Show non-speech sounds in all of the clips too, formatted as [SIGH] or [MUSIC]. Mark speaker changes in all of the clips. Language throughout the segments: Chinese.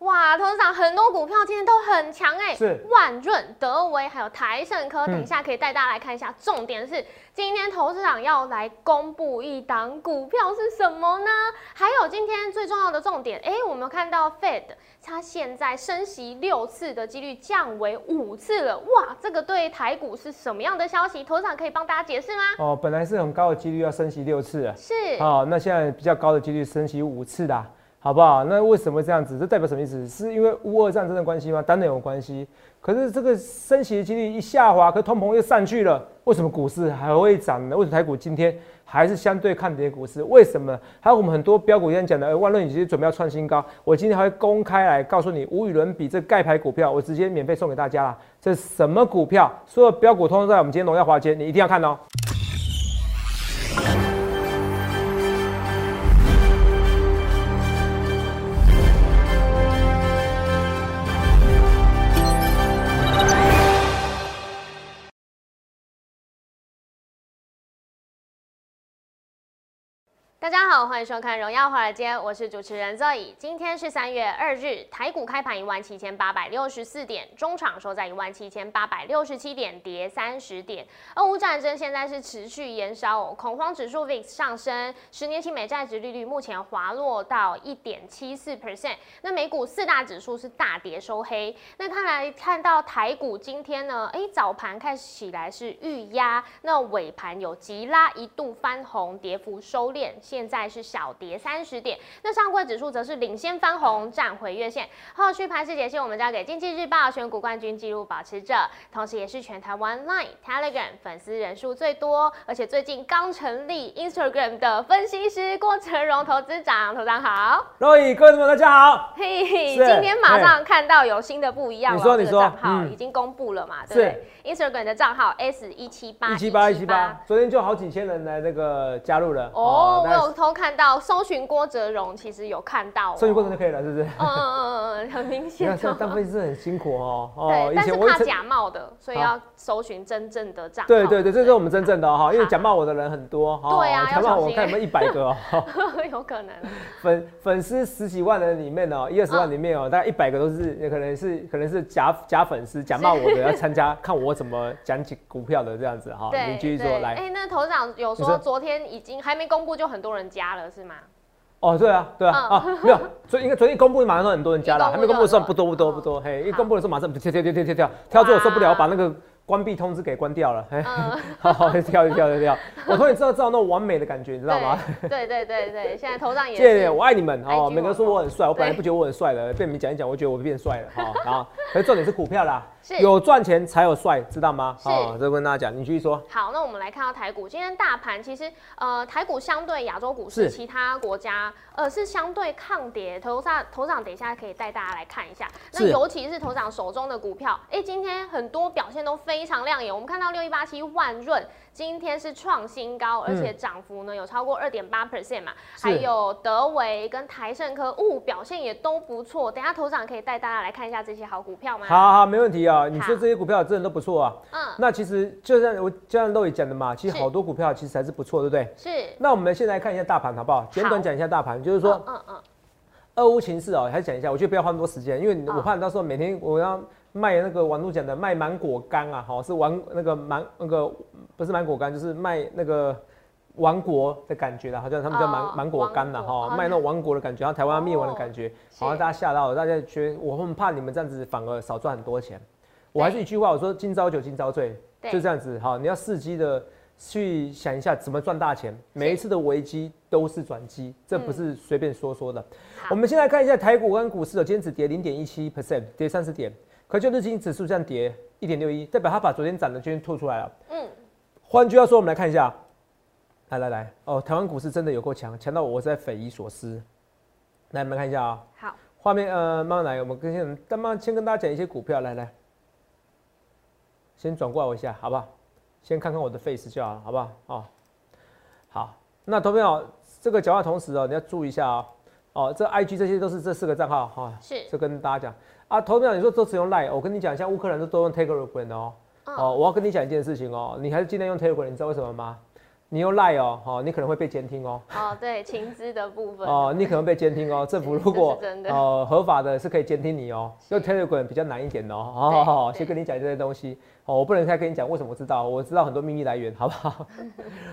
Speaker 1: 哇，董事长，很多股票今天都很强哎、
Speaker 2: 是
Speaker 1: 万润、德威还有台盛科，
Speaker 2: 嗯
Speaker 1: 等一下可以带大家来看一下。重点是今天投资长要来公布一档股票是什么呢？还有今天最重要的重点，哎、我们看到 Fed 它现在升息六次的几率降为五次了，哇，这个对台股是什么样的消息？投资长可以帮大家解释吗？
Speaker 2: 哦，本来是很高的几率要升息六次啊，
Speaker 1: 是，
Speaker 2: 好、那现在比较高的几率升息五次啦，好不好？那为什么这样子？这代表什么意思？是因为乌俄战争的关系吗？当然有关系。可是这个升息的几率一下滑，可通膨又上去了，为什么股市还会涨呢？为什么台股今天还是相对抗跌股市？为什么？还有我们很多标股今天讲的，呃万润已经准备要创新高，我今天还会公开来告诉你，无与伦比这盖牌股票，我直接免费送给大家啦。这是什么股票？所有标股通通在我们今天荣耀华尔街，你一定要看哦。
Speaker 1: 大家好，欢迎收看《荣耀华尔街》，我是主持人 Zoe。今天是三月二日，台股开盘一万七千八百六十四点，中场收在一万七千八百六十七点，跌三十点。俄乌战争现在是持续延烧哦，恐慌指数 VIX 上升，十年期美债值利率目前滑落到一点七四 percent。那美股四大指数是大跌收黑。那看来看到台股今天呢，哎，早盘开始起来是预压，那尾盘有急拉，一度翻红，跌幅收敛，现在是小跌三十点。那上柜指数则是领先翻红，站回月线。后续盘势解析，我们交给经济日报选股冠军纪录保持者，同时也是全台湾 Line、Telegram 粉丝人数最多，而且最近刚成立 Instagram 的分析师郭成荣投资长，投资长好。
Speaker 2: 若以各位朋友们大家好。
Speaker 1: 嘿，今
Speaker 2: 是
Speaker 1: 天马上看到有新的不一样了，
Speaker 2: 你说
Speaker 1: 这
Speaker 2: 你
Speaker 1: 个
Speaker 2: 说
Speaker 1: 账号
Speaker 2: 嗯
Speaker 1: 已经公布了嘛，对不对？Instagram 的账号 S 啊一七八
Speaker 2: 一七八一七八，，昨天就好几千人来那个加入了。
Speaker 1: 哦，我
Speaker 2: 那
Speaker 1: 有偷看到，搜寻郭哲荣，其实有看到、哦，
Speaker 2: 收集过程就可以了，
Speaker 1: [LAUGHS]
Speaker 2: 是不是？
Speaker 1: 嗯，嗯嗯嗯嗯，很明
Speaker 2: 你
Speaker 1: 显
Speaker 2: 看，这当
Speaker 1: 哦。
Speaker 2: 分析师很辛苦哦。哦
Speaker 1: 对，，但是怕
Speaker 2: 也曾
Speaker 1: 假冒的，所以
Speaker 2: 啊
Speaker 1: 要搜寻真正的账号。
Speaker 2: 对对对，这是我们真正的哦哈，因为假冒我的人很多哈。
Speaker 1: 对啊
Speaker 2: 假
Speaker 1: 要
Speaker 2: 冒
Speaker 1: 小
Speaker 2: 我
Speaker 1: 心
Speaker 2: 看有没有一百
Speaker 1: [LAUGHS]
Speaker 2: 个哦，
Speaker 1: 对， [LAUGHS] 有可能。
Speaker 2: 粉粉丝十几万人里面哦，一二十万里
Speaker 1: 嗯
Speaker 2: 面哦，大概一百个都是，也可能是可能是假假粉丝假
Speaker 1: [LAUGHS]
Speaker 2: 冒我的，要参加看我怎么讲起股票的这样子哈。
Speaker 1: 对，
Speaker 2: 你继续说
Speaker 1: 对
Speaker 2: 来。
Speaker 1: 哎，那头长有
Speaker 2: 你
Speaker 1: 说
Speaker 2: 说
Speaker 1: 昨天已经还没公布就很多人加了是吗？
Speaker 2: 哦，对啊，对啊，
Speaker 1: 嗯
Speaker 2: 啊，没有，所以应该昨天一公布马上很多人加
Speaker 1: 一
Speaker 2: 了，
Speaker 1: 公布
Speaker 2: 还没公布的时候
Speaker 1: 就
Speaker 2: 不多不多
Speaker 1: 嗯
Speaker 2: 不多，嘿，一
Speaker 1: 好
Speaker 2: 公布的时候马上跳跳跳跳跳跳，跳住我受不了，
Speaker 1: 哇
Speaker 2: 我把那个关闭通知给关掉了，嘿， [LAUGHS]
Speaker 1: 嗯，
Speaker 2: 好好跳跳跳跳，我突然知道知道那种完美的感觉，你知道吗？
Speaker 1: 对对对对对，现在头长也
Speaker 2: [LAUGHS] 谢谢，
Speaker 1: 是
Speaker 2: 我爱你们哦！
Speaker 1: IG
Speaker 2: 每个人说我很帅，我本来
Speaker 1: 对
Speaker 2: 不觉得我很帅的，被你们讲一讲，我觉得我变帅了哈。
Speaker 1: [LAUGHS]
Speaker 2: 然后，可是重点是股票啦
Speaker 1: 是，
Speaker 2: 有赚钱才有帅，知道吗？
Speaker 1: 是
Speaker 2: 哦，这跟大家讲，你继续说。
Speaker 1: 好，那我们来看到台股，今天大盘其实呃，台股相对亚洲股市
Speaker 2: 是
Speaker 1: 其他国家呃是相对抗跌，头上头长等一下可以带大家来看一下。那
Speaker 2: 是
Speaker 1: 尤其是头长手中的股票，哎、今天很多表现都非常亮眼。我们看到六一八七万润今天是创新高，而且涨幅呢有超过二点八 percent 嘛，还
Speaker 2: 嗯是
Speaker 1: 有德维跟台盛科，物表现也都不错。等一下头长可以带大家来看一下这些好股票吗？，
Speaker 2: 好好，好没问题啊！你
Speaker 1: 好
Speaker 2: 说这些股票真的都不错啊。
Speaker 1: 嗯，
Speaker 2: 那其实就像我就像露也讲的嘛，其实
Speaker 1: 是
Speaker 2: 好多股票其实还是不错，对不对？
Speaker 1: 是，
Speaker 2: 那我们先来看一下大盘好不好？简短讲一下大盘，就是说
Speaker 1: 嗯嗯嗯，
Speaker 2: 俄乌情势哦，还是讲一下，我觉得不要花那么多时间，因为你
Speaker 1: 嗯
Speaker 2: 我怕你到时候每天我要卖那个网络讲的卖芒果干啊，哈，是芒那个芒那个不是芒果干，就是卖那个。亡国的感觉啦，好像他们叫
Speaker 1: 哦
Speaker 2: 芒芒果干啦，
Speaker 1: 亡国
Speaker 2: 哈，
Speaker 1: 嗯
Speaker 2: 卖那种哦亡国的感觉，然后台湾要灭亡的感觉，
Speaker 1: 是
Speaker 2: 好像大家吓到了，大家觉得我很怕你们这样子反而少赚很多钱。我还是一句话，我说今朝酒今朝醉，
Speaker 1: 对
Speaker 2: 就这样子哈，你要伺机的去想一下怎么赚大钱。每一次的危机都是转机，这不是随便说说的。
Speaker 1: 好
Speaker 2: 我们先来看一下台股跟股市，哦，今天只跌零点一七 percent，跌三十点，可就日经指数这样跌一点六一，代表它把昨天涨的今天吐出来了。
Speaker 1: 嗯，
Speaker 2: 换句话说，我们来看一下，来来来，哦，台湾股市真的有够强，强到我实在匪夷所思。来，你们看一下啊、
Speaker 1: 好。
Speaker 2: 画面呃，慢慢来，我们跟先，慢慢先跟大家讲一些股票，来来，先转过来我一下，好不好？先看看我的 face 就好了，好不好？哦，好，那投票这个讲话同时哦，你要注意一下哦，哦，这 IG 这些都是这四个账号哈、哦，
Speaker 1: 是
Speaker 2: 这跟大家讲啊，投票你说都只用 Line，我跟你讲，像乌克兰都都用 Telegram 哦，
Speaker 1: 嗯
Speaker 2: 哦，我要跟你讲一件事情哦，你还是尽量用 Telegram，你知道为什么吗？你又赖哦，哦，你可能会被监听哦，
Speaker 1: 哦，对，情资的部分，
Speaker 2: 哦，你可能被监
Speaker 1: [LAUGHS]
Speaker 2: 听哦。政府如果
Speaker 1: 这是真的
Speaker 2: 哦合法的是可以监听你哦，用 Telegram 比较难一点哦。好好好，
Speaker 1: 对
Speaker 2: 先跟你讲这些东西哦，我不能再跟你讲为什么我知道，我知道很多秘密来源，好
Speaker 1: [LAUGHS]
Speaker 2: 不好？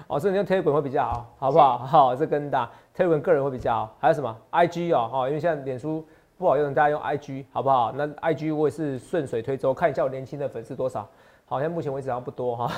Speaker 2: 哦，所以你用 Telegram 会比较好，好不好？好，这跟大 Telegram 个人会比较好。还有什么 IG 哦，哦，因为现在脸书不好用，大家用 IG 好不好？那 IG 我也是顺水推舟，看一下我年轻的粉丝多少。好像目前为止好像不多哈，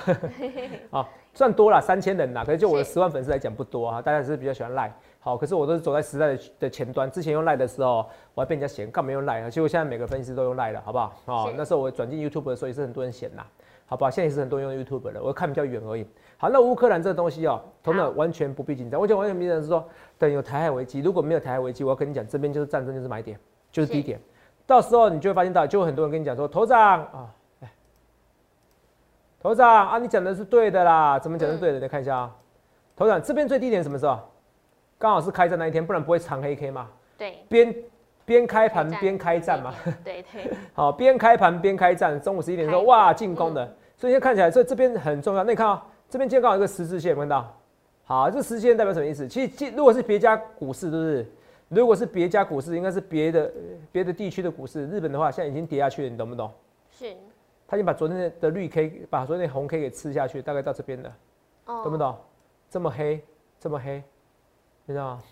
Speaker 2: 啊，算多了三千人啦，可是就我的
Speaker 1: 是
Speaker 2: 十万粉丝来讲不多啊，大家是比较喜欢赖。好，可是我都是走在时代的的前端。之前用赖的时候，我还被人家嫌干嘛用赖啊？结果现在每个分析师都用赖了，好不好？哦
Speaker 1: 是，
Speaker 2: 那时候我转进 YouTube 的时候也是很多人嫌啦，好吧？现在也是很多人用 YouTube 的，我看比较远而已。好，那乌克兰这个东西哦，头脑完全不必紧张。我讲完全不必紧张是说，等有台海危机，如果没有台海危机，我要跟你讲，这边就是战争，就是买点，就是低
Speaker 1: 是
Speaker 2: 点。到时候你就会发现到，就会很多人跟你讲说，头长啊，哎，头长啊，你讲的是对的
Speaker 1: 嗯
Speaker 2: 啦，怎么讲是对的？你看一下啊，头长这边最低点什么时候？刚好是开战那一天，不然不会长黑 K 嘛。
Speaker 1: 对，
Speaker 2: 边边开盘
Speaker 1: 开战
Speaker 2: 边开战嘛，
Speaker 1: 对对，
Speaker 2: 好，边开盘边开战，中午十一点的时候，
Speaker 1: 开嗯
Speaker 2: 哇，进攻的，所以现在看起来这这边很重要。那你看啊、这边今天刚好有一个十字线，有没有看到？好，这十字线代表什么意思？其实，其如果是别家股市，是不是？如果是别家股市，应该是别的呃别的地区的股市。日本的话，现在已经跌下去了，你懂不懂？
Speaker 1: 是，
Speaker 2: 它已经把昨天的绿 K，把昨天的红 K 给吃下去，大概到这边了。
Speaker 1: 哦
Speaker 2: 懂不？懂？这么黑，这么黑，你知道吗？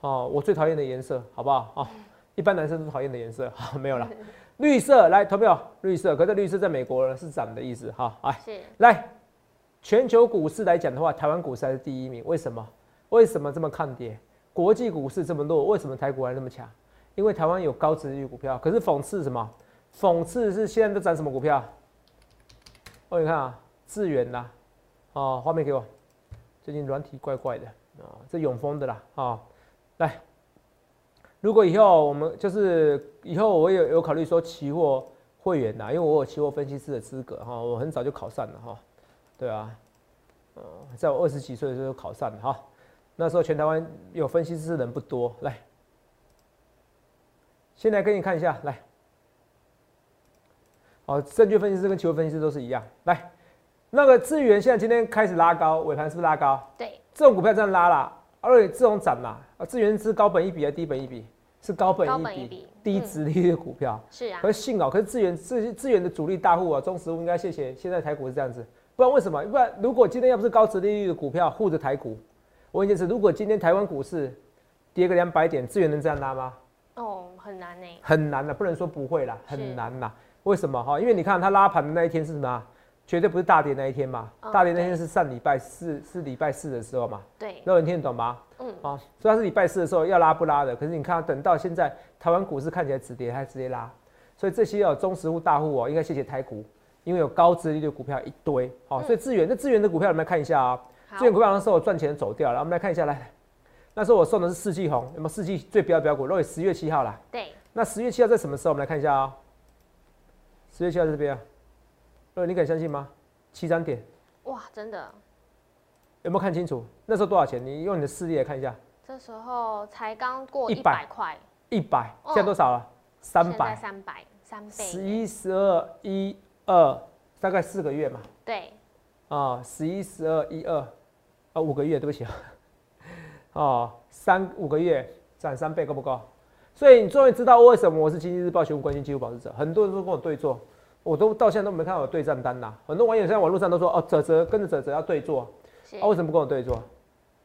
Speaker 2: 哦，我最讨厌的颜色，好不好？哦，一般男生都讨厌的颜色， [LAUGHS] 好，没有了。绿色，来投票，绿色。可是绿色在美国呢是涨的意思，哈，哎，
Speaker 1: 是，
Speaker 2: 来，全球股市来讲的话，台湾股市还是第一名，为什么？为什么这么抗跌？国际股市这么弱，为什么台股还那么强？因为台湾有高值率股票。可是讽刺什么？讽刺是现在都涨什么股票？哦，你看啊，智远啦，哦，画面给我。最近软体怪怪的啊、这永丰的啦啊、来，如果以后我们就是以后我有有考虑说期货会员呐，因为我有期货分析师的资格哈、我很早就考上了哈、对啊，呃，在我二十几岁的时候就考上了哈、那时候全台湾有分析师的人不多，来，先来给你看一下，来，哦，证券分析师跟期货分析师都是一样，来，那个智源现在今天开始拉高，尾盘是不是拉高？
Speaker 1: 对，
Speaker 2: 这种股票这样拉啦，而且这种涨啦，啊，资源是高本一比还是低本一比？是高本
Speaker 1: 高
Speaker 2: 一
Speaker 1: 本
Speaker 2: 比，
Speaker 1: 一比
Speaker 2: 低
Speaker 1: 嗯
Speaker 2: 值率的股票。
Speaker 1: 是啊，
Speaker 2: 可是幸好，可是资源资资源的主力大户啊，中石物应该谢谢现在台股是这样子，不然为什么？不然如果今天要不是高值利率的股票护着台股，我问一件事，如果今天台湾股市跌个两百点，资源能这样拉吗？
Speaker 1: 哦，很难呢，
Speaker 2: 很难啊的，不能说不会啦，
Speaker 1: 是
Speaker 2: 很难啦。啊为什么哈？因为你看它拉盘的那一天是什么啊？绝对不是大跌那一天嘛，
Speaker 1: 嗯
Speaker 2: 大跌那
Speaker 1: 对
Speaker 2: 天是上礼拜四，是礼拜四的时候嘛。
Speaker 1: 对，
Speaker 2: 那你听得懂吗？
Speaker 1: 嗯，
Speaker 2: 啊，所以它是礼拜四的时候要拉不拉的，可是你看等到现在台湾股市看起来止跌，它直接拉，所以这些哦中实物大户哦，应该谢谢台股，因为有高值利率的股票一堆，好、
Speaker 1: 嗯
Speaker 2: 所以资源那资源的股票我们来看一下啊、
Speaker 1: 好
Speaker 2: 资源股票那时候我赚钱走掉了，我们来看一下来，那时候我送的是四季红，那么四季最标的标股，若以十月七号啦，
Speaker 1: 对，
Speaker 2: 那十月七号在什么时候？我们来看一下啊、十月七号在这边啊，若以你敢相信吗？七张点
Speaker 1: 哇，真的，
Speaker 2: 有没有看清楚？那时候多少钱？你用你的视力来看一下，
Speaker 1: 这时候才刚过
Speaker 2: 一
Speaker 1: 一
Speaker 2: 百
Speaker 1: 百块，
Speaker 2: 一百，现在多少了？哦三
Speaker 1: 现在
Speaker 2: 百，
Speaker 1: 三百，三
Speaker 2: 十
Speaker 1: 倍，
Speaker 2: 一、十二、一二，大概四个月嘛，
Speaker 1: 对，
Speaker 2: 啊，十一、十二、一二，啊，五个月，对不起啊， [LAUGHS] 哦，三五个月涨三倍够不够？所以你终于知道为什么我是经济日报选股冠军纪录保持者，很多人都跟我对坐，我都到现在都没看到有对账单呐、很多网友现在网络上都说，哦，泽泽跟着泽泽要对坐，
Speaker 1: 是
Speaker 2: 啊，，为什么不跟我对坐？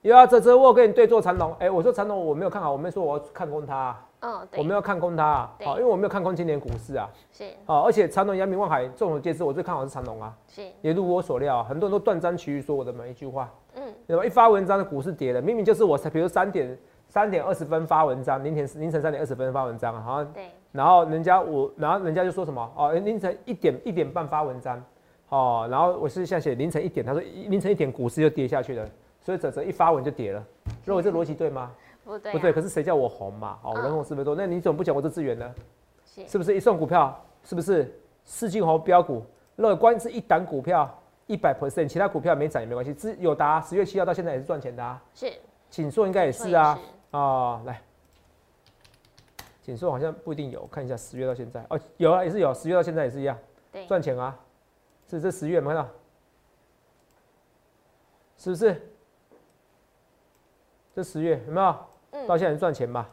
Speaker 2: 有啊，泽泽我有跟你对坐长龙，哎、我说长龙我没有看好，我没说我要看空它啊、
Speaker 1: 嗯，
Speaker 2: 我没
Speaker 1: 对，
Speaker 2: 有看空它、啊，
Speaker 1: 对
Speaker 2: 好、因为我没有看空今年股市啊，
Speaker 1: 是
Speaker 2: 哦，而且长隆、阳明、望海，众所皆知，我最看好是长隆啊，
Speaker 1: 是，
Speaker 2: 也如我所料啊，很多人都断章取义说我的每一句话，
Speaker 1: 嗯，
Speaker 2: 对吧？一发文章的股市跌了，明明就是我，比如三点三点二十分发文章，凌晨凌晨三点二十分发文章啊，好像
Speaker 1: 对，
Speaker 2: 然后人家我，然后人家就说什么哦，凌晨一点一点半发文章，哦，然后我是想写凌晨一点，他说一凌晨一点股市就跌下去了，所以泽泽一发文就跌了，如果这逻辑对吗？
Speaker 1: 不嗯对
Speaker 2: 不对，
Speaker 1: 啊，
Speaker 2: 可是谁叫我红嘛？哦，我的
Speaker 1: 嗯
Speaker 2: 红是不是多？那你怎么不讲我这资源呢？
Speaker 1: 是
Speaker 2: 是不是一送股票？是不是四季红标股？乐观是一档股票一百 percent，其他股票没涨也没关系。只有达十月七号到现在也是赚钱的啊，
Speaker 1: 是，
Speaker 2: 锦硕应该也是
Speaker 1: 所
Speaker 2: 啊
Speaker 1: 以。
Speaker 2: 哦，来，锦硕好像不一定有，看一下十月到现在哦，有啊，也是有，十月到现在也是一样
Speaker 1: 对，
Speaker 2: 赚钱啊。是这十月有没有看到？是不是？这十月有没有？到
Speaker 1: 嗯，
Speaker 2: 现在很赚钱嘛？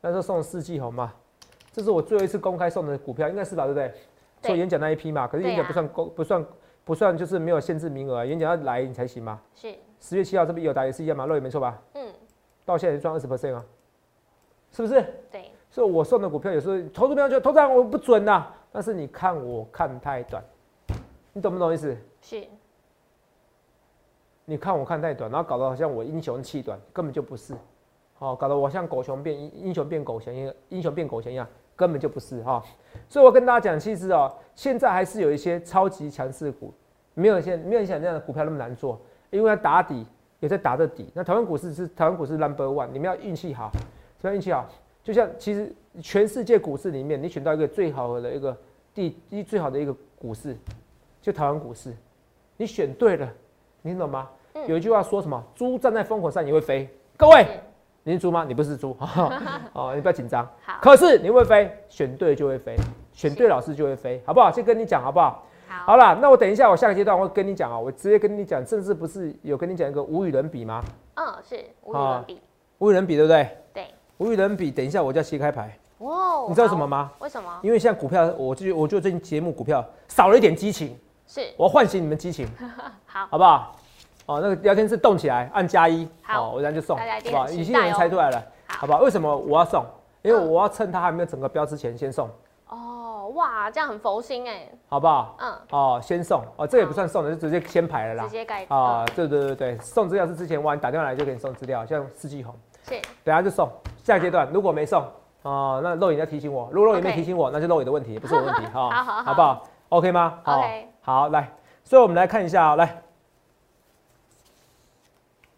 Speaker 2: 那时候送了四季红嘛，这是我最后一次公开送的股票，应该是吧？对不对？
Speaker 1: 对
Speaker 2: 做演讲那一批嘛，可是
Speaker 1: 对
Speaker 2: 演讲
Speaker 1: 啊
Speaker 2: 不算公，不算不算就是没有限制名额啊，演讲要来你才行嘛。
Speaker 1: 是，
Speaker 2: 十月七号这边有打也是一样嘛，肉也没错吧？
Speaker 1: 嗯，
Speaker 2: 到现在也赚二十 percent 啊，是不是？
Speaker 1: 对，
Speaker 2: 所以我送的股票有时候投资票就投资我不准呐、但是你看我看太短，你懂不懂意思？
Speaker 1: 是，
Speaker 2: 你看我看太短，然后搞得好像我英雄气短，根本就不是，哦，搞得我像狗熊变英英雄变狗熊一样，英雄变狗熊一样，根本就不是哈、所以我跟大家讲，其实哦，现在还是有一些超级强势股，没有现没有像那样的股票那么难做，因为它打底也在打着底。那台湾股市是台湾股市 number one，你们要运气好，只要运气好，就像其实全世界股市里面，你选到一个最好的一个地一最好的一个股市，就台湾股市，你选对了，你听懂吗？
Speaker 1: 嗯
Speaker 2: 有一句话说什么？猪站在风口上也会飞。各位
Speaker 1: 嗯，
Speaker 2: 你是猪吗？你不是猪， [LAUGHS] 哦，你不要紧张。
Speaker 1: 好，
Speaker 2: 可是你会飞，选对就会飞，选对老师就会飞，好不好？先跟你讲好不好？
Speaker 1: 好，
Speaker 2: 好啦，那我等一下，我下个阶段会跟你讲啊，我直接跟你讲，甚至不是有跟你讲一个无与伦比吗？
Speaker 1: 嗯，是无与
Speaker 2: 好
Speaker 1: 伦比，
Speaker 2: 无与伦比，对不对？
Speaker 1: 对，
Speaker 2: 无与伦比，等一下我就要切开牌，
Speaker 1: 哇，
Speaker 2: 你知道什
Speaker 1: 哦好
Speaker 2: 么？吗？
Speaker 1: 为什么？
Speaker 2: 因为现在股票，我就我就最近节目股票少了一点激情，
Speaker 1: 是，
Speaker 2: 我要唤醒你们激情，
Speaker 1: 好，
Speaker 2: 好不好？哦，那个聊天室动起来，按加一，
Speaker 1: 好
Speaker 2: 哦我然后就送，
Speaker 1: 大家一定
Speaker 2: 好不好？
Speaker 1: 很期
Speaker 2: 已经有人
Speaker 1: 待哦
Speaker 2: 猜出来了，
Speaker 1: 好
Speaker 2: 好不好？为什么我要送？因为
Speaker 1: 嗯
Speaker 2: 我要趁它还没有整个标之前先送，
Speaker 1: 哦，哇，这样很佛心哎，
Speaker 2: 好不好？
Speaker 1: 嗯，
Speaker 2: 哦，先送哦，这也不算送的，就直接先排了啦
Speaker 1: 直。接改，
Speaker 2: 啊
Speaker 1: 嗯，
Speaker 2: 对对对对，送资料是之前我打电话来就给你送资料，像四季红，
Speaker 1: 是，
Speaker 2: 等下就送。下阶段如果没送啊、那肉眼要提醒我，如果肉眼没
Speaker 1: OK
Speaker 2: 提醒我，那就肉眼的问题，不是我的问
Speaker 1: [LAUGHS]
Speaker 2: 题哈，
Speaker 1: 好好
Speaker 2: 不好？OK 吗？哦好
Speaker 1: OK
Speaker 2: 好，来，所以我们来看一下、啊，来，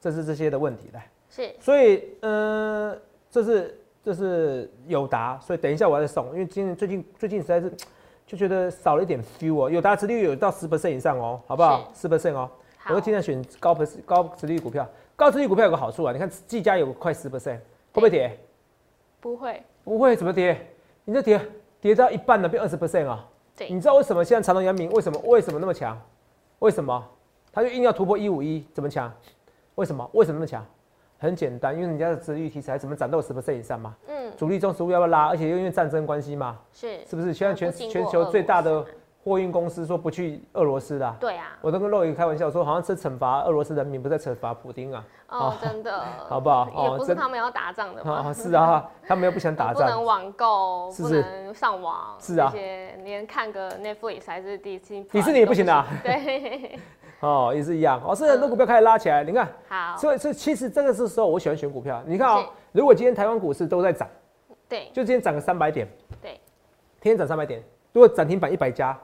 Speaker 2: 这是这些的问题，来，
Speaker 1: 是，
Speaker 2: 所以呃，这是这是友达，所以等一下我要再送，因为今天最近最近实在是就觉得少了一点 feel 哦，友达值率有到十 percent 以上哦，好不好？十 percent 哦。
Speaker 1: 好
Speaker 2: 我会，尽量选高值高值率股票。高值率股票有个好处啊，你看技嘉有快十 percent，会不会跌？
Speaker 1: 不会，
Speaker 2: 不会，怎么跌？你这跌跌到一半了，变二十 percent 啊！
Speaker 1: 对
Speaker 2: 你知道为什么现在长隆、阳明为什么为什么那么强？为什么？它就硬要突破一五一，怎么强？为什么？为什么那么强？很简单，因为人家的值率题材怎么涨到十 percent 以上嘛，
Speaker 1: 嗯，
Speaker 2: 主力中食物要不要拉？而且又因为战争关系嘛，
Speaker 1: 是，
Speaker 2: 是不是？现在全
Speaker 1: 不经过
Speaker 2: 全
Speaker 1: 俄
Speaker 2: 球
Speaker 1: 罗
Speaker 2: 最大
Speaker 1: 斯
Speaker 2: 的
Speaker 1: 嘛
Speaker 2: 货运公司说不去俄罗斯啦、
Speaker 1: 对啊，
Speaker 2: 我都跟肉爷开玩笑说，好像是惩罚俄罗斯人民，不是在惩罚普丁啊。
Speaker 1: 哦
Speaker 2: 哦，
Speaker 1: 真的，
Speaker 2: [LAUGHS] 好不好哦
Speaker 1: 也不是
Speaker 2: 真
Speaker 1: 他们要打仗的嘛
Speaker 2: 啊，，是啊， [LAUGHS] 他们又不想打
Speaker 1: [LAUGHS] 不能
Speaker 2: 仗，
Speaker 1: 网购，
Speaker 2: 是
Speaker 1: 不
Speaker 2: 不是
Speaker 1: 能上网，
Speaker 2: 是啊
Speaker 1: 这些连看个 Netflix 还是迪士尼，
Speaker 2: 迪士尼也不行啊， [LAUGHS]
Speaker 1: 对，
Speaker 2: 哦，也是一样。哦，是
Speaker 1: 嗯
Speaker 2: 很多股票开始拉起来，你看，
Speaker 1: 好，
Speaker 2: 所以所以其实这个是时候我喜欢选股票。你看
Speaker 1: 是
Speaker 2: 哦，如果今天台湾股市都在涨，
Speaker 1: 对
Speaker 2: 就今天涨个三百点，
Speaker 1: 对，
Speaker 2: 天天涨三百点，如果涨停板一百家，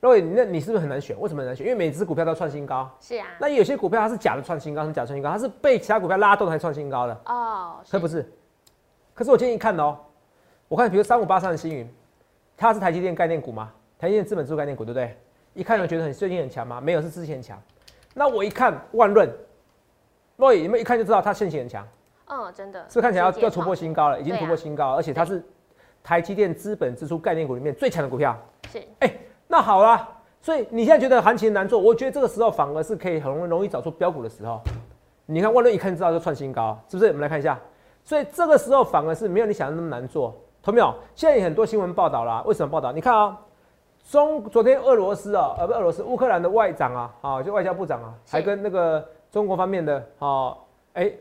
Speaker 2: 肉爷，你那你是不是很难选？为什么很难选？因为每只股票都创新高，
Speaker 1: 是啊，
Speaker 2: 那有些股票它是假的创新高，是假的创新高，它是被其他股票拉动才创新高的。
Speaker 1: 哦，
Speaker 2: 可不是。可是我建议看哦，我看比如三五八三的星云，它是台积电概念股嘛，台积电资本支出概念股，对不对？一看就觉得很最近很强吗？没有，是之前强。那我一看万润，若有没有一看就知道它现行很强，
Speaker 1: 嗯，真的，
Speaker 2: 是不是看起来要
Speaker 1: 世界
Speaker 2: 要突破新高了？已经突
Speaker 1: 对啊
Speaker 2: 破新高了，而且它是台积电资本支出概念股里面最强的股票。
Speaker 1: 创是
Speaker 2: 那好啦，所以你现在觉得行情难做，我觉得这个时候反而是可以很容易容易找出标股的时候。你看万润一看就知道就创新高，是不是？我们来看一下，所以这个时候反而是没有你想的那么难做，同没有？现在有很多新闻报道啦，为什么报道？你看啊、中昨天俄罗斯啊，呃不，俄罗斯乌克兰的外长啊，啊就外交部长啊，
Speaker 1: 是
Speaker 2: 还跟那个中国方面的啊，哎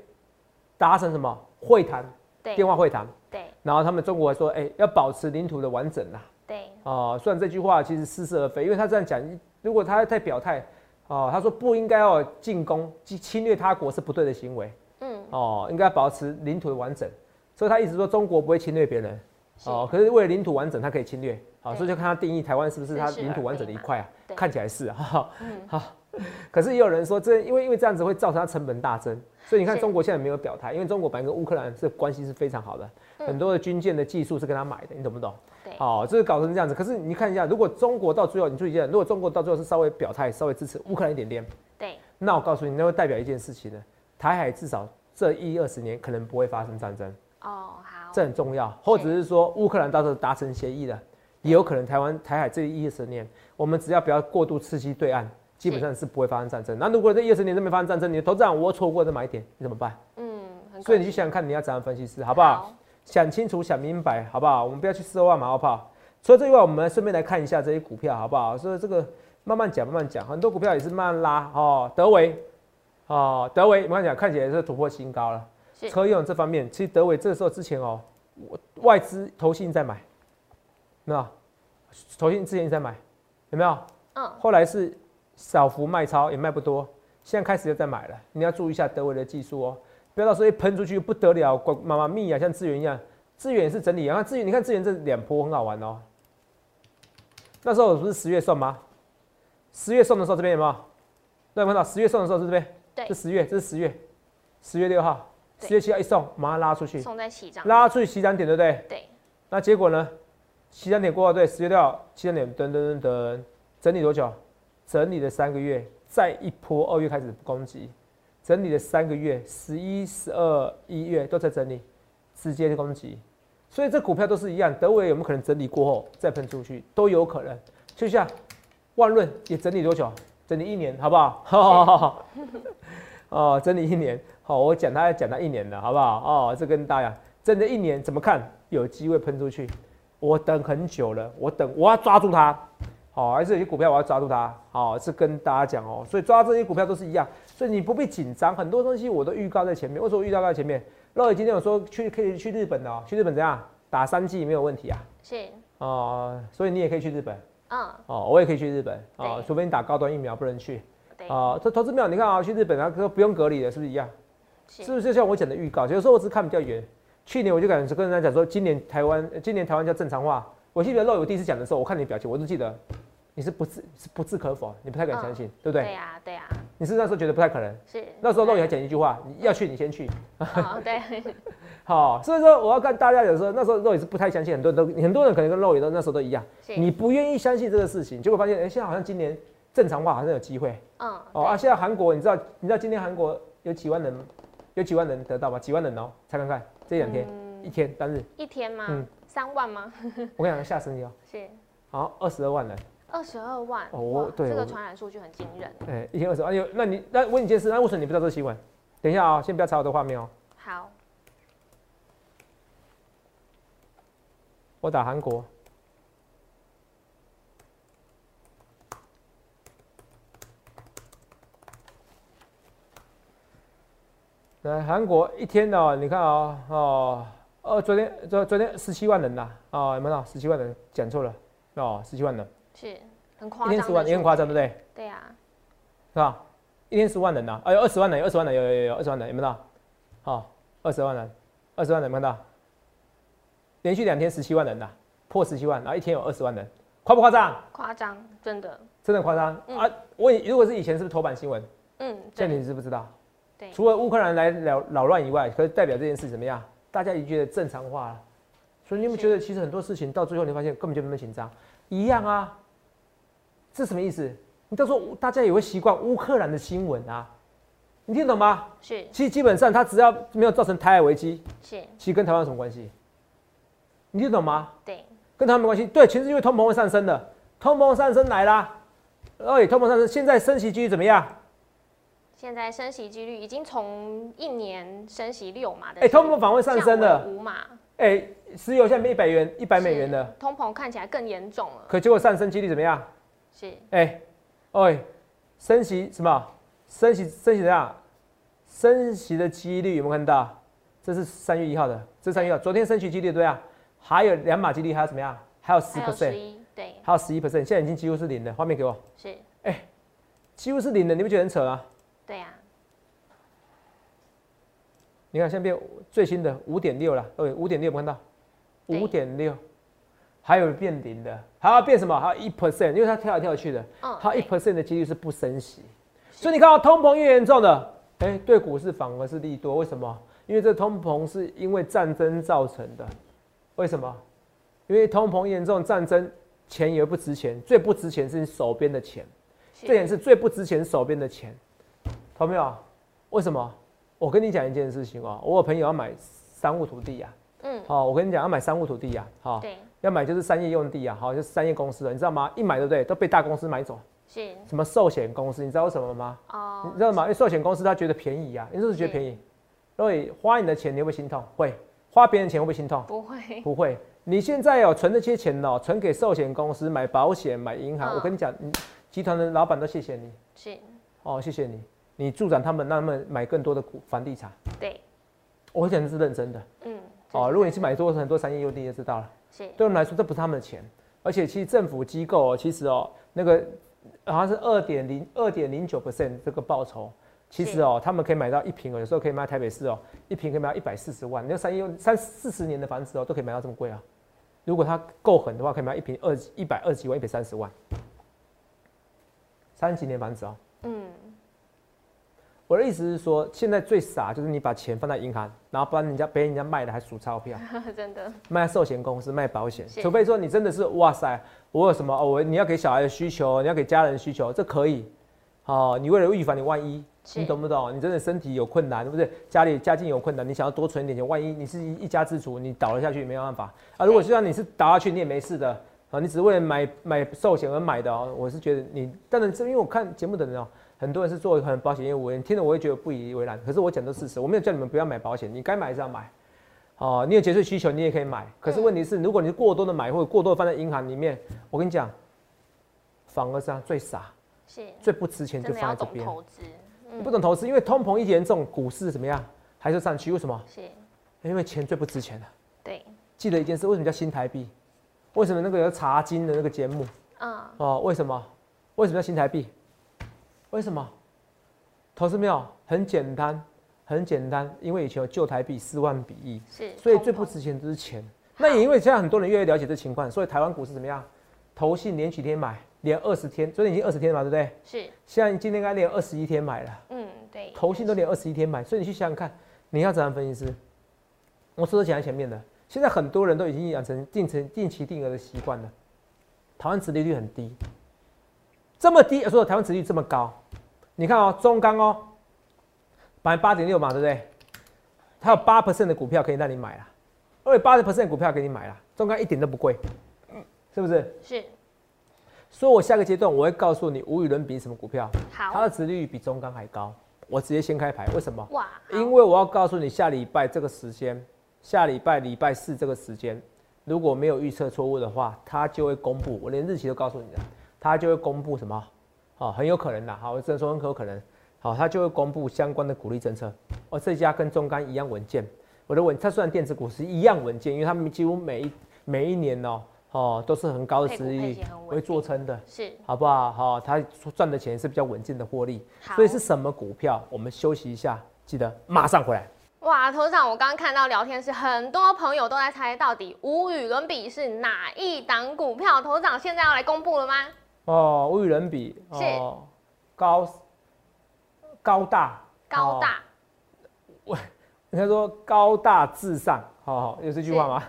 Speaker 2: 达成什么会谈，
Speaker 1: 对
Speaker 2: 电话会谈，
Speaker 1: 对
Speaker 2: 然后他们中国还说，哎要保持领土的完整啊。
Speaker 1: 对，
Speaker 2: 哦，虽然这句话其实似是而非，因为他这样讲，如果他太表态，哦，他说不应该要进攻、侵侵略他国是不对的行为，
Speaker 1: 嗯，
Speaker 2: 哦，应该保持领土的完整，所以他一直说中国不会侵略别人，
Speaker 1: 是
Speaker 2: 哦，可是为了领土完整，他可以侵略，好、所以
Speaker 1: 对
Speaker 2: 就看他定义台湾是不是
Speaker 1: 自
Speaker 2: 他
Speaker 1: 治
Speaker 2: 领土
Speaker 1: 而
Speaker 2: 完
Speaker 1: 为
Speaker 2: 整的一
Speaker 1: 嘛
Speaker 2: 块啊
Speaker 1: 对，
Speaker 2: 看起来是哈哈
Speaker 1: 嗯，
Speaker 2: 好、可是也有人说这因为因为这样子会造成它成本大增，所以你看
Speaker 1: 是
Speaker 2: 中国现在没有表态，因为中国本来跟乌克兰这关系是非常好的，
Speaker 1: 嗯
Speaker 2: 很多的军舰的技术是跟他买的，你懂不懂？
Speaker 1: 对
Speaker 2: 好、这个搞成这样子。可是你看一下，如果中国到最后，你注意一下，如果中国到最后是稍微表态、稍微支持乌克兰一点点，
Speaker 1: 对，
Speaker 2: 那我告诉你，那会代表一件事情呢，台海至少这一二十年可能不会发生战争，
Speaker 1: 哦，好，
Speaker 2: 这很重要。或者是说，乌克兰到时候达成协议了，也有可能台湾台海这一二十年，我们只要不要过度刺激对岸，基本上是不会发生战争。那如果这一二十年都没发生战争，你的投资长我错过的买点，你怎么办？
Speaker 1: 嗯，很很可
Speaker 2: 所以你
Speaker 1: 惜
Speaker 2: 去想想看，你要怎样分析师，好不好？？想清楚、想明白，好不好？我们不要去奢望嘛，好不好？除了这以外，我们顺便来看一下这些股票，好不好？所以这个慢慢讲，慢慢讲，很多股票也是慢慢拉哦。德维，哦，德维，我跟你讲，看起来是突破新高了。
Speaker 1: 是
Speaker 2: 车用这方面，其实德维这时候之前哦，我外资投信在买，那投信之前一直在买，有没有？
Speaker 1: 嗯，
Speaker 2: 后来是小幅卖超，也卖不多，现在开始又在买了。你要注意一下德维的技术哦，不要到时候一喷出去不得了，管妈妈咪呀、像资源一样，资源也是整理啊。那资源你看资源这两波很好玩哦。那时候我不是十月送吗？十月送的时候这边有没有？那有没有看到十月送的时候是这边？
Speaker 1: 对
Speaker 2: 这十月，这是十月，十月六号，
Speaker 1: 对
Speaker 2: 十月七号一送，马上拉出去，
Speaker 1: 送在起涨，
Speaker 2: 拉出去起涨点，对不对？
Speaker 1: 对，
Speaker 2: 那结果呢？七三点过后，对，十月六号七三点，等等等等，整理多久？整理了三个月，再一波二月开始攻击，整理了三个月，十一、十二、一月都在整理，直接攻击。所以这股票都是一样，德伟有没有可能整理过后再喷出去？都有可能。就像万润也整理多久？整理一年，好不 [LAUGHS] 好？哦，整理一年。好，我讲他讲他一年了，好不好？哦，这跟大家真的一年怎么看有机会喷出去？我等很久了，我等我要抓住它。好、还是有些股票我要抓住它。好、是跟大家讲哦，所以抓这些股票都是一样，所以你不必紧张，很多东西我都预告在前面。为什么我预告在前面？乐伟今天有说去可以去日本的哦，去日本怎样？打三剂没有问题啊。
Speaker 1: 是，
Speaker 2: 哦、所以你也可以去日本
Speaker 1: 嗯，
Speaker 2: 哦，我也可以去日本哦
Speaker 1: 对，
Speaker 2: 除非你打高端疫苗不能去
Speaker 1: 对，
Speaker 2: 哦。这投资票你看啊、去日本啊，不用隔离的，是不是一样？是
Speaker 1: 是，
Speaker 2: 不是就像我讲的预告？有时候我只是看比较远。去年我就敢跟人家讲说，今年台湾，呃今年台湾叫正常化。我记得肉友第一次讲的时候，我看你表情，我就记得你是不置是不置可否，你不太敢相信，对不嗯对？
Speaker 1: 对呀，对呀，
Speaker 2: 你是那时候觉得不太可能。
Speaker 1: 是。
Speaker 2: 那时候肉友还讲一句话：你要去你先去。
Speaker 1: 哦，
Speaker 2: [LAUGHS]
Speaker 1: 对，
Speaker 2: 好，所以说我要跟大家讲说，那时候肉友是不太相信，很多人都很多人可能跟肉友都那时候都一样，
Speaker 1: 是，
Speaker 2: 你不愿意相信这个事情，结果发现，哎、现在好像今年正常化好像有机会。
Speaker 1: 嗯，
Speaker 2: 哦啊，现在韩国，你知道你知道今天韩国有几万人，有几万人得到吗？几万人哦，猜看看这
Speaker 1: 对
Speaker 2: 两天、
Speaker 1: 嗯
Speaker 2: 一天单日，
Speaker 1: 一天吗
Speaker 2: 嗯？
Speaker 1: 三万吗？
Speaker 2: 我跟你讲吓死你哦，
Speaker 1: 是
Speaker 2: 好二十二万人，
Speaker 1: 二十二万。
Speaker 2: 哦我
Speaker 1: 哇
Speaker 2: 对
Speaker 1: 这
Speaker 2: 我
Speaker 1: 个传染数据很惊人。
Speaker 2: 哎、一天二十万，哎呦，那你那我问你一件事，那为什么你不知道这个新闻？等一下啊、先不要查我的画面哦，
Speaker 1: 好，
Speaker 2: 我打韩国，来韩国一天哦，你看哦哦呃，昨天昨昨天十七万人呐、哦有没有看到十七万人？讲错了哦，十七万人，
Speaker 1: 是很
Speaker 2: 一
Speaker 1: 夸
Speaker 2: 天
Speaker 1: 张，
Speaker 2: 十万，也很夸张，对不对？
Speaker 1: 对啊呀，
Speaker 2: 是吧？一天十万人呐、啊，哎呦，二十万人，二十万人，有有有有二十万人，有没有看到？好、二十万人，二十万人有没有看到？连续两天十七万人呐、破十七万，然后一天有二十万人，夸不夸张？
Speaker 1: 夸张，真的，
Speaker 2: 真的夸张、
Speaker 1: 嗯
Speaker 2: 啊！我以如果是以前是不是头版新闻？
Speaker 1: 嗯，
Speaker 2: 这
Speaker 1: 对，
Speaker 2: 你知不知道？
Speaker 1: 对
Speaker 2: 除了乌克兰来扰扰乱以外，可是代表这件事怎么样？大家已经觉得正常化了。所以你们
Speaker 1: 是
Speaker 2: 觉得，其实很多事情到最后，你发现根本就没那么紧张，一样啊。这什么意思？你到时候大家也会习惯乌克兰的新闻啊，你听得懂吗？
Speaker 1: 是
Speaker 2: 其实基本上，它只要没有造成台海危机，
Speaker 1: 是，
Speaker 2: 其实跟台湾有什么关系？你听得懂吗？
Speaker 1: 对，
Speaker 2: 跟他们没关系。对，全是因为通膨会上升的，通膨上升来啦。而且通膨上升，现在升息几率怎么样？
Speaker 1: 现在升息几率已经从一年升息六码的，
Speaker 2: 哎、通膨反而会上升的。
Speaker 1: 五码，
Speaker 2: 哎、石油现在一百元、一百美元
Speaker 1: 是
Speaker 2: 的，，
Speaker 1: 通膨看起来更严重了，
Speaker 2: 可结果上升几率怎么样？
Speaker 1: 是
Speaker 2: 哎、哎、升息什么？升息升息怎样？升息的几率有没有看到？这是三月一号的，这是三月一号，昨天升息几率对不对啊？还有两码几率，还有怎么样？还有十
Speaker 1: 还有十
Speaker 2: percent，
Speaker 1: 一，对，
Speaker 2: 还有十一 percent，现在已经几乎是零了。画面给我，
Speaker 1: 是，
Speaker 2: 几乎是零了，你不觉得很扯啊？
Speaker 1: 对呀，
Speaker 2: 你看现在变最新的五点六了，呃，五点六有没有看到？
Speaker 1: 对
Speaker 2: 五点六，还有变零的，还要变什么？还有一 percent，因为它跳来跳去的。
Speaker 1: 嗯，
Speaker 2: 它一
Speaker 1: 对
Speaker 2: percent 的几率是不升息，所以你看到通膨越严重的，哎、对股市反而是利多，为什么？因为这通膨是因为战争造成的，为什么？因为通膨严重，战争钱也不值钱，最不值钱是你手边的钱，
Speaker 1: 是
Speaker 2: 这点是最不值钱手边的钱，懂没有？为什么？我跟你讲一件事情哦，我有朋友要买三户土地呀、
Speaker 1: 嗯，
Speaker 2: 好、我跟你讲要买三户土地呀、好、
Speaker 1: 对，
Speaker 2: 要买就是商业用地啊，好、就是商业公司的，你知道吗？一买对不对，都被大公司买走。
Speaker 1: 是
Speaker 2: 什么寿险公司，你知道为什么吗？
Speaker 1: 哦
Speaker 2: 你，知道吗？因为寿险公司他觉得便宜啊，你是不是觉得便宜？若你花你的钱，你会不会心痛？会。花别人钱会不会心痛？
Speaker 1: 不会，
Speaker 2: 不会。你现在哦，存这些钱哦，存给寿险公司、买保险、买银行。
Speaker 1: 嗯
Speaker 2: 我跟你讲，你集团的老板都谢谢你
Speaker 1: 是
Speaker 2: 哦，谢谢你，你助长他们，让他们买更多的股房地产。
Speaker 1: 对，
Speaker 2: 我讲的是认真的
Speaker 1: 嗯，
Speaker 2: 哦。如果你去买多很多商业用地，就知道了。
Speaker 1: 是
Speaker 2: 对他们来说，这不是他们的钱，而且其实政府机构、哦、其实哦，那个好像是二点零二点零九 percent 这个报酬，其实哦，他们可以买到一平哦，有时候可以卖台北市哦，一平可以卖到一百四十万，你要三亿三四十年的房子哦，都可以买到这么贵啊。如果它够狠的话，可以卖一平二一百二十几万，一百三十万，三十几年房子哦。
Speaker 1: 嗯 [LAUGHS]
Speaker 2: 我的意思是说，现在最傻就是你把钱放在银行，然后帮人家被人家卖了还数钞票。
Speaker 1: 真的
Speaker 2: 卖寿险公司、卖保险，
Speaker 1: 是
Speaker 2: 除非说你真的是哇塞，我有什么哦，我你要给小孩的需求，你要给家人的需求，这可以。哦，你为了预防你万一，
Speaker 1: 是
Speaker 2: 你懂不懂？你真的身体有困难，对不对？家里家境有困难，你想要多存一点钱，万一你是一一家之主，你倒了下去也没办法啊。如果就算你是倒下去，你也没事的啊、你只是为了买买寿险而买的哦。我是觉得你，当然是因为我看节目的人哦，很多人是做很保险业务，你听了我会觉得不以为然。可是我讲的是事实，我没有叫你们不要买保险，你该买还是要买。哦，你有节税需求，你也可以买。可是问题是，如果你过多的买或者过多地放在银行里面，我跟你讲，反而是啊最傻、
Speaker 1: 是，
Speaker 2: 最不值钱
Speaker 1: 真
Speaker 2: 就
Speaker 1: 的要
Speaker 2: 放在这
Speaker 1: 懂
Speaker 2: 边。
Speaker 1: 投资，嗯
Speaker 2: 你不懂投资，因为通膨一严重，股市怎么样还是上去？为什么？
Speaker 1: 是
Speaker 2: 因为钱最不值钱了。
Speaker 1: 对，
Speaker 2: 记得一件事，为什么叫新台币？为什么那个有查经的那个节目
Speaker 1: 嗯，
Speaker 2: 哦？为什么？为什么叫新台币？为什么？投资没有很简单，很简单，因为以前有旧台币四万比一，
Speaker 1: 是，
Speaker 2: 所以最不
Speaker 1: 通
Speaker 2: 值钱就是钱。那也因为现在很多人越来越了解这情况，所以台湾股市怎么样？投信连几天买，连二十天，昨天已经二十天了嘛，对不对？
Speaker 1: 膨是，
Speaker 2: 现在今天应该连二十一天买了，
Speaker 1: 嗯，对，
Speaker 2: 投信都连二十一天买，所以你去想想看，你要怎样分析师？我说的讲在前面的，现在很多人都已经养成定成定期定额的习惯了。台湾殖利率很低，这么低，说台湾殖利率这么高，你看哦，中钢哦，百分之八点六嘛，对不对？它有八 percent 的股票可以让你买啦，而且八十 percent 股票给你买啦，中钢一点都不贵，是不是？
Speaker 1: 是
Speaker 2: 所以我下个阶段我会告诉你无与伦比什么股票，它
Speaker 1: 好
Speaker 2: 的殖利率比中钢还高。我直接先开牌，为什么？
Speaker 1: 哇，
Speaker 2: 因
Speaker 1: 为
Speaker 2: 为我要告诉你，下礼拜这个时间，下礼拜礼拜四这个时间，如果没有预测错误的话，它就会公布。我连日期都告诉你了，它就会公布什么？哦，很有可能的。好，我只能说很有可能。好，它就会公布相关的鼓励政策。哦，这家跟中钢一样稳健。我的稳，它虽然电子股是一样稳健，因为他们几乎每一每一年哦哦都是很高的
Speaker 1: 配
Speaker 2: 实
Speaker 1: 股配
Speaker 2: 力
Speaker 1: 息很稳
Speaker 2: 为做撑的，
Speaker 1: 是
Speaker 2: 好不好？好、它赚的钱是比较稳健的获利。
Speaker 1: 好，
Speaker 2: 所以是什么股票？我们休息一下，记得马上回来。
Speaker 1: 哇，头长，我刚刚看到聊天室很多朋友都在猜到底无与伦比是哪一档股票，头长现在要来公布了吗？
Speaker 2: 哦，无与伦比，哦，高高大，
Speaker 1: 高
Speaker 2: 哦，
Speaker 1: 大，
Speaker 2: 应该说高大至上，哦，有这句话吗？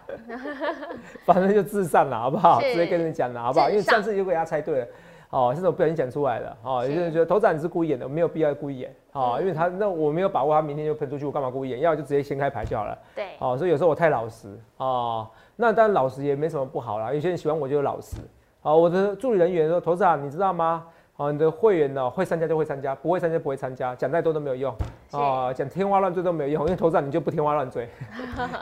Speaker 2: [LAUGHS] 反正就至上了，好不好？
Speaker 1: 是
Speaker 2: 直接跟人讲了，好不好？因为
Speaker 1: 至上
Speaker 2: 上次就给大家猜对了。哦，这种不小心讲出来了，哦，
Speaker 1: 是
Speaker 2: 有些人觉得头长你是故意演的，没有必要故意演，哦，
Speaker 1: 嗯
Speaker 2: 因为他那我没有把握他明天就喷出去，我干嘛故意演？要就直接掀开牌就好了。
Speaker 1: 对，
Speaker 2: 哦，所以有时候我太老实哦，那当然老实也没什么不好啦，有些人喜欢我就老实。哦，我的助理人员说，投资长你知道吗？哦，你的会员呢会参加就会参加，不会参加就不会参加，讲再多都没有用，哦，讲天花乱坠都没有用，因为投资长你就不天花
Speaker 1: [LAUGHS]
Speaker 2: 乱坠，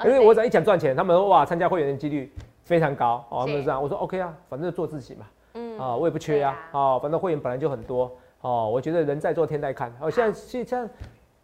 Speaker 2: 因为我只要一讲赚钱，他们说哇参加会员的几率非常高，哦，他们
Speaker 1: 是
Speaker 2: 就这样，我说 OK 啊，反正就做自己嘛，
Speaker 1: 嗯，
Speaker 2: 啊、我也不缺呀、
Speaker 1: 对
Speaker 2: 哦，反正会员本来就很多，哦，我觉得人在做天在看，哦，现在现在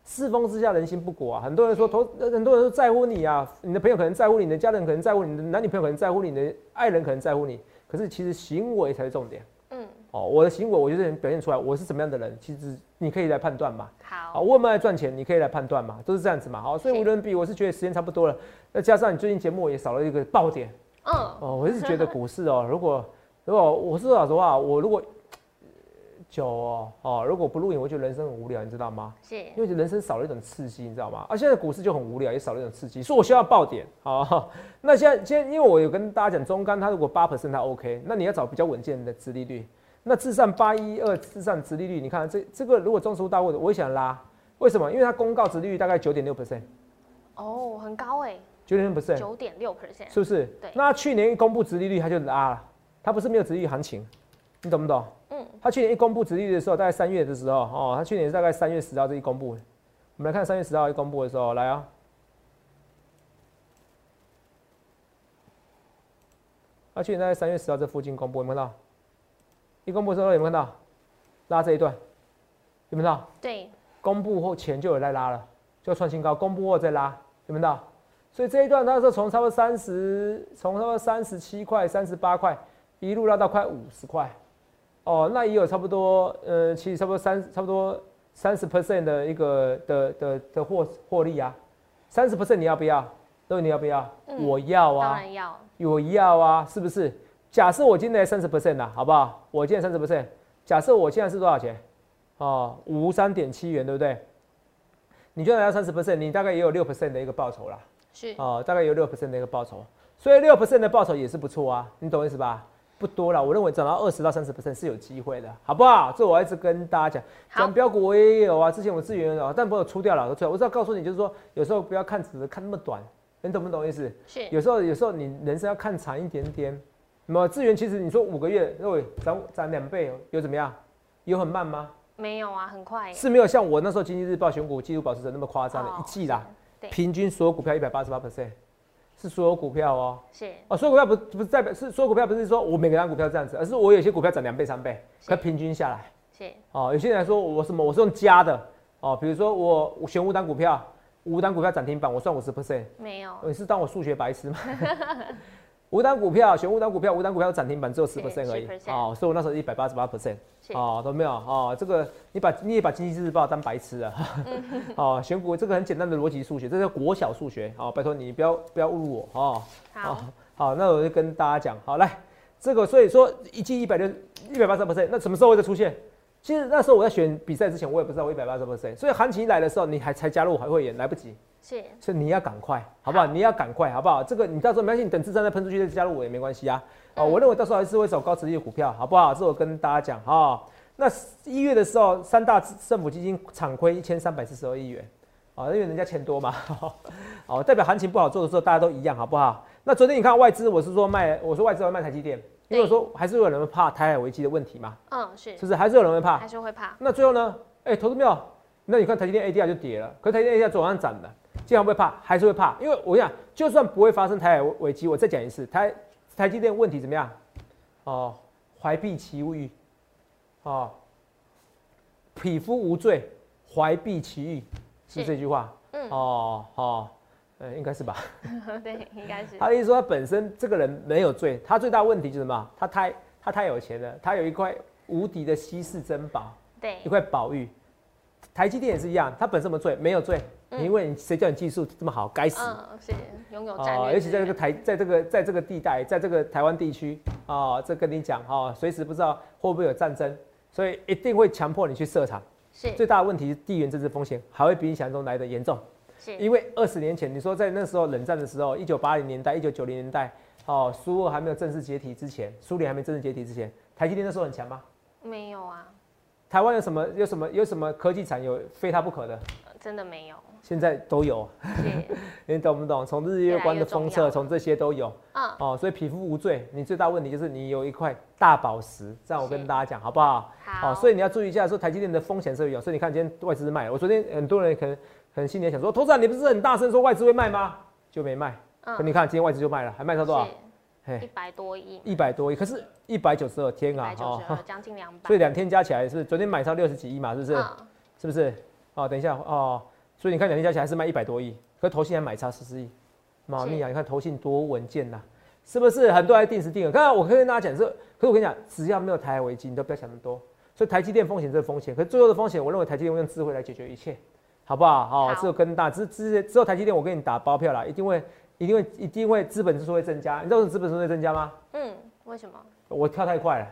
Speaker 2: 世风之下人心不古啊，很多人说投，呃很多人都在乎你啊，你的朋友可能在乎你，你的家人可能在乎你，你的男女朋友可能在乎你，你的爱人可能在乎你，可是其实行为才是重点，
Speaker 1: 嗯，
Speaker 2: 哦，我的行为我就是表现出来我是怎么样的人，其实你可以来判断嘛，好，
Speaker 1: 好，
Speaker 2: 我有没有在赚钱，你可以来判断嘛，都是这样子嘛，好，所以
Speaker 1: 是
Speaker 2: 无论比，我是觉得时间差不多了，再加上你最近节目也少了一个爆点。
Speaker 1: 嗯，
Speaker 2: 哦，我是觉得股市哦，如果如果我是说老实话，我如果呃久哦哦，如果不录影，我觉得人生很无聊，你知道吗？
Speaker 1: 是
Speaker 2: 因为人生少了一种刺激，你知道吗？啊，现在股市就很无聊，也少了一种刺激，所以我需要爆点哦。 [LAUGHS] 那现在现在，因为我有跟大家讲，中钢它如果八 percent 它 OK，那你要找比较稳健的殖利率。那至上八一二至上殖利率，你看这这个如果中实户大户的，我也想拉，为什么？因为它公告殖利率大概九点六 percent，
Speaker 1: 哦，很高哎，
Speaker 2: 九点六 percent，
Speaker 1: 九点六 percent，
Speaker 2: 是不是？
Speaker 1: 对
Speaker 2: 那它去年一公布殖利率，它就拉了，它不是没有殖利率行情，你懂不懂？
Speaker 1: 嗯
Speaker 2: 它去年一公布殖利率的时候，大概三月的时候，哦，它去年大概三月十号这一公布，我们来看三月十号一公布的时候，来啊、啊，去年在三月十号这附近公布，有没有看到？一公布之后有没有看到？拉这一段，有没有看到？
Speaker 1: 对，
Speaker 2: 公布后前就有在拉了，就创新高，公布后再拉，有没有看到？所以这一段它是从差不多三十，从差不多三十七块、三十八块，一路拉到快五十块，哦，那也有差不多，呃，其实差不多三，差不多三十 percent 的一个的的的获获利啊，三十 percent 你要不要？各位你要不要？
Speaker 1: 嗯
Speaker 2: 我要啊。
Speaker 1: 当然要，
Speaker 2: 有要啊，是不是？假设我今年三十 percent 啦，好不好？我今年三十 percent，假设我现在是多少钱？哦，五三点七元，对不对？你就拿到三十 percent，你大概也有六 percent 的一个报酬啦。
Speaker 1: 是
Speaker 2: 哦，大概有六 percent 的一个报酬，所以六 percent 的报酬也是不错啊，你懂我意思吧？不多了，我认为涨到二十到三十 percent 是有机会的，好不好？这我一直跟大家讲，
Speaker 1: 好
Speaker 2: 讲标股我也有啊，之前我资源有啊，但不有出掉了，都出掉。我是要告诉你，就是说有时候不要看只是看那么短，你懂不懂意思？
Speaker 1: 是，
Speaker 2: 有时候有时候你人生要看长一点点。那么资源其实你说五个月，各位涨涨两倍哦有怎么样？有很慢吗？
Speaker 1: 没有啊，很快耶，
Speaker 2: 是没有像我那时候《经济日报》选股记录保持者那么夸张的，
Speaker 1: 哦
Speaker 2: 一季啦，
Speaker 1: 对
Speaker 2: 平均所有股票一百八十八 percent，是所有股票哦。
Speaker 1: 是
Speaker 2: 哦，所有股票不不是代表是所有股票不是说我每个单股票这样子，而是我有些股票涨两倍三倍，
Speaker 1: 是
Speaker 2: 可平均下来。
Speaker 1: 是
Speaker 2: 哦，有些人来说我什么我是用加的哦，比如说我我选五档股票，五档股票涨停板我算五十 percent，
Speaker 1: 没有，
Speaker 2: 你是当我数学白痴吗？ [LAUGHS] 五档股票选五档股票，五档股票涨停板只有十 percent
Speaker 1: 是
Speaker 2: 而已
Speaker 1: 10%
Speaker 2: 哦，所以我那时候一百八十八 percent
Speaker 1: 是
Speaker 2: 哦，懂没有？哦，这个你把你也把经济日报当白痴了，
Speaker 1: 嗯
Speaker 2: [LAUGHS] 哦，选股这个很简单的逻辑数学，这叫国小数学哦，拜托你不要不要侮辱我哦。
Speaker 1: 好，
Speaker 2: 好，那我就跟大家讲，好来，这个所以说一季一百六一百八十 percent，那什么时候会再出现？其实那时候我在选比赛之前，我也不知道我一百八十 percent，所以行情一来的时候，你还才加入还会员来不及。
Speaker 1: 是
Speaker 2: 所以你要赶快，好不好？你要赶快，好不好？这个你到时候没关系，你等智障再喷出去再加入我也没关系啊。哦，
Speaker 1: 嗯
Speaker 2: 我认为到时候还是会走高值率的股票，好不好？这我跟大家讲哈、那一月的时候，三大政府基金产亏一千三百四十二亿元，啊、因为人家钱多嘛， [LAUGHS] 哦，代表行情不好做的时候，大家都一样，好不好？那昨天你看外资，我是说卖，我说外资要卖台积电，因为
Speaker 1: 对
Speaker 2: 我说还是有人怕台海危机的问题嘛，
Speaker 1: 嗯是
Speaker 2: 是，不是？还是有人会怕
Speaker 1: 还。是会怕， [LAUGHS]
Speaker 2: 那最后呢？哎、投资没有？那你看台积电 ADR 就跌了，可是台积电 ADR 早上涨的，这样会不会怕？还是会怕，因为我想，就算不会发生台海危机，我再讲一次，台台积电问题怎么样？哦，怀璧其欲，哦，匹夫无罪，怀璧其欲，是不
Speaker 1: 是
Speaker 2: 是这句话？
Speaker 1: 嗯
Speaker 2: 哦，哦，呃，应该是吧。
Speaker 1: 对，应该是
Speaker 2: 他的意思说，他本身这个人没有罪，他最大问题就是什么？他太他太有钱了，他有一块无敌的稀世珍宝。
Speaker 1: 对
Speaker 2: 一，块宝玉。台积电也是一样，它本身有没有罪？没有罪，
Speaker 1: 嗯
Speaker 2: 因为你谁叫你技术这么好，该死！
Speaker 1: 嗯是拥有战
Speaker 2: 哦，
Speaker 1: 略
Speaker 2: 尤
Speaker 1: 资
Speaker 2: 其在这个
Speaker 1: 源，
Speaker 2: 台，在这个在这个地带，在这个台湾地区啊、哦，这跟你讲哦，随时不知道会不会有战争，所以一定会强迫你去设厂。
Speaker 1: 是
Speaker 2: 最大的问题是地缘政治风险还会比你想象中来的严重，
Speaker 1: 是
Speaker 2: 因为二十年前你说在那时候冷战的时候，一九八零年代、一九九零年代，哦，苏俄还没有正式解体之前，苏联还没正式解体之前，台积电那时候很强吗？
Speaker 1: 没有啊，
Speaker 2: 台湾有什么有什么有什么科技产业非它不可的？
Speaker 1: 呃真的没有，
Speaker 2: 现在都有，
Speaker 1: 是
Speaker 2: 你懂不懂？从日月光的封
Speaker 1: 越来
Speaker 2: 测，
Speaker 1: 越重要
Speaker 2: 从这些都有
Speaker 1: 嗯
Speaker 2: 哦。所以匹夫无罪，你最大问题就是你有一块大宝石。这样我跟
Speaker 1: 是
Speaker 2: 大家讲好不好？
Speaker 1: 好，
Speaker 2: 所以你要注意一下，说台积电的风险是有。所以你看今天外资卖了，我昨天很多人可能可能心里想说，头长你不是很大声说外资会卖吗？就没卖。可
Speaker 1: 嗯
Speaker 2: 你看今天外资就卖了，还卖到多少？
Speaker 1: 一
Speaker 2: 嘿，
Speaker 1: 百多亿，
Speaker 2: 一百多亿，可是一百九十二
Speaker 1: 一
Speaker 2: 天啊
Speaker 1: 百，九
Speaker 2: 哦
Speaker 1: 十，二，将近两百，
Speaker 2: [LAUGHS] 所以两天加起来是昨天买超六十几亿嘛，是不是？
Speaker 1: 嗯
Speaker 2: 是不是？哦，等一下哦，所以你看两天加起来还是卖一百多亿，可投信还买差十四亿，妈咪啊！你看投信多稳健呐、是不是？很多人还定时定额。刚才我可以跟大家讲是，可是我跟你讲，只要没有台海危机，你都不要想那么多。所以台积电风险这是风险，可是最后的风险，我认为台积电会用智慧来解决一切，好不好？
Speaker 1: 好
Speaker 2: 哦，只有跟大之之之后台积电，我跟你打包票啦，一定会一定会一定会资本支出会增加。你知道为什么资本支出会增加吗？
Speaker 1: 嗯，为什么？
Speaker 2: 我跳太快了，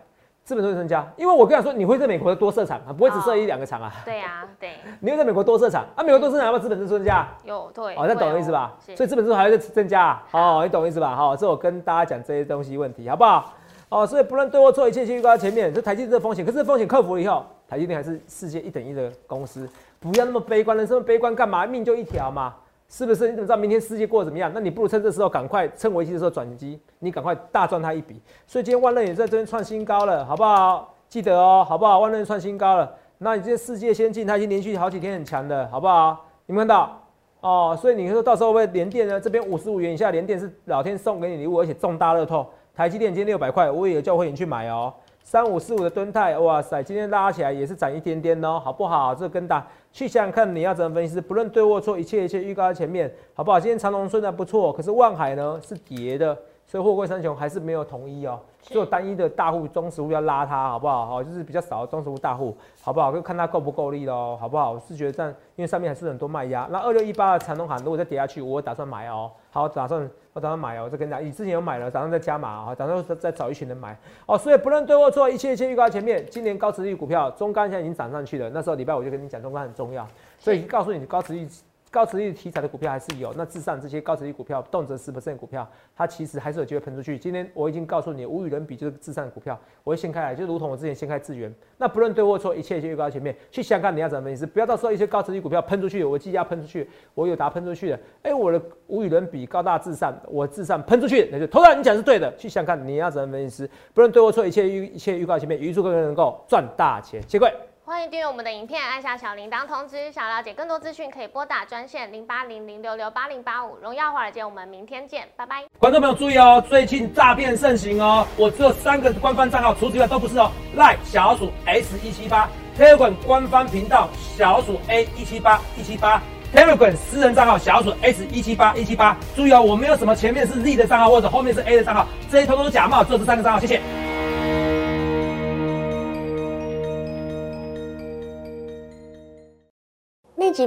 Speaker 2: 资本支出会增加，因为我跟你讲说，你会在美国多设厂，啊不会只设一两个厂啊。
Speaker 1: 对啊，对，
Speaker 2: 你会在美国多设厂啊？美国多设厂要不要资本支出增加？
Speaker 1: 有对，
Speaker 2: 哦，那
Speaker 1: 会
Speaker 2: 懂我意思吧？
Speaker 1: 是
Speaker 2: 所以资本支出还会再增加啊、哦，你懂我意思吧？好、这我跟大家讲这些东西问题，好不好？哦，所以不论对或错，一切先预告前面，这台积电的风险，可是风险克服了以后，台积电还是世界一等一的公司，不要那么悲观了，这么悲观干嘛？命就一条嘛，是不是？你怎么知道明天世界过得怎么样？那你不如趁这时候赶快趁危机的时候转机，你赶快大赚它一笔。所以今天万润也在这边创新高了，好不好？记得哦，好不好？万润创新高了，那你这世界先进，它已经连续好几天很强的，好不好？有没有看到？哦，所以你说到时候会连电呢？呃这边五十五元以下连电是老天送给你礼物，而且中大乐透，台积电今天六百块，我也叫会你去买哦。三五四五的吨泰，哇塞，今天拉起来也是涨一点点哦，好不好？这跟大去想想看，你要怎么分析？不论对或错，一切一切预告在前面，好不好？今天长隆虽然不错，可是万海呢是跌的，所以货柜三雄还是没有统一哦，
Speaker 1: 是
Speaker 2: 只有单一的大户中实户要拉它，好不好？好，就是比较少的中实户大户，好不好？就看它够不够力喽，好不好？我是觉得这样，因为上面还是很多卖压。那二六一八的长隆行，如果再跌下去，我打算买哦，好，打算我打算买哦，我再跟你讲，你之前有买了，打算再加码哦，打算再再找一群人买。哦，所以不论对或错，一切一切预告在前面。今年高值率股票中钢现在已经涨上去了，那时候礼拜五就跟你讲中钢很重要，所以告诉你高值率。高值率题材的股票还是有，那至上这些高值率股票，动辄十 percent 股票，它其实还是有机会喷出去。今天我已经告诉你，无与人比就是至上的股票，我会掀开来，就如同我之前掀开智源。那不论对或错，一切一切预告在前面。去想想看你要怎么分析，不要到时候一些高值率股票喷出去，我积压喷出去，我有达喷出去的，哎、我的无与人比，高大至上，我至上喷出去，那就头上你讲是对的。去想想看你要怎么分析，不论对或错，一切预一切预告在前面，预祝各位能够赚大钱，谢贵。
Speaker 1: 欢迎订阅我们的影片，按下小铃铛通知。想了解更多资讯，可以拨打专线零八零零六六八零八五。荣耀华尔街，我们明天见，拜拜。
Speaker 2: 观众朋友注意哦，最近诈骗盛行哦，我只有三个官方账号，除此以外都不是哦。赖小老鼠 S 一七八，Telegram 官方频道小老鼠 A 一七八一七八，Telegram 私人账号小老鼠 S 一七八一七八。注意哦，我没有什么前面是 Z 的账号或者后面是 A 的账号，这些通通都假冒，只有这三个账号，谢谢。
Speaker 1: 立即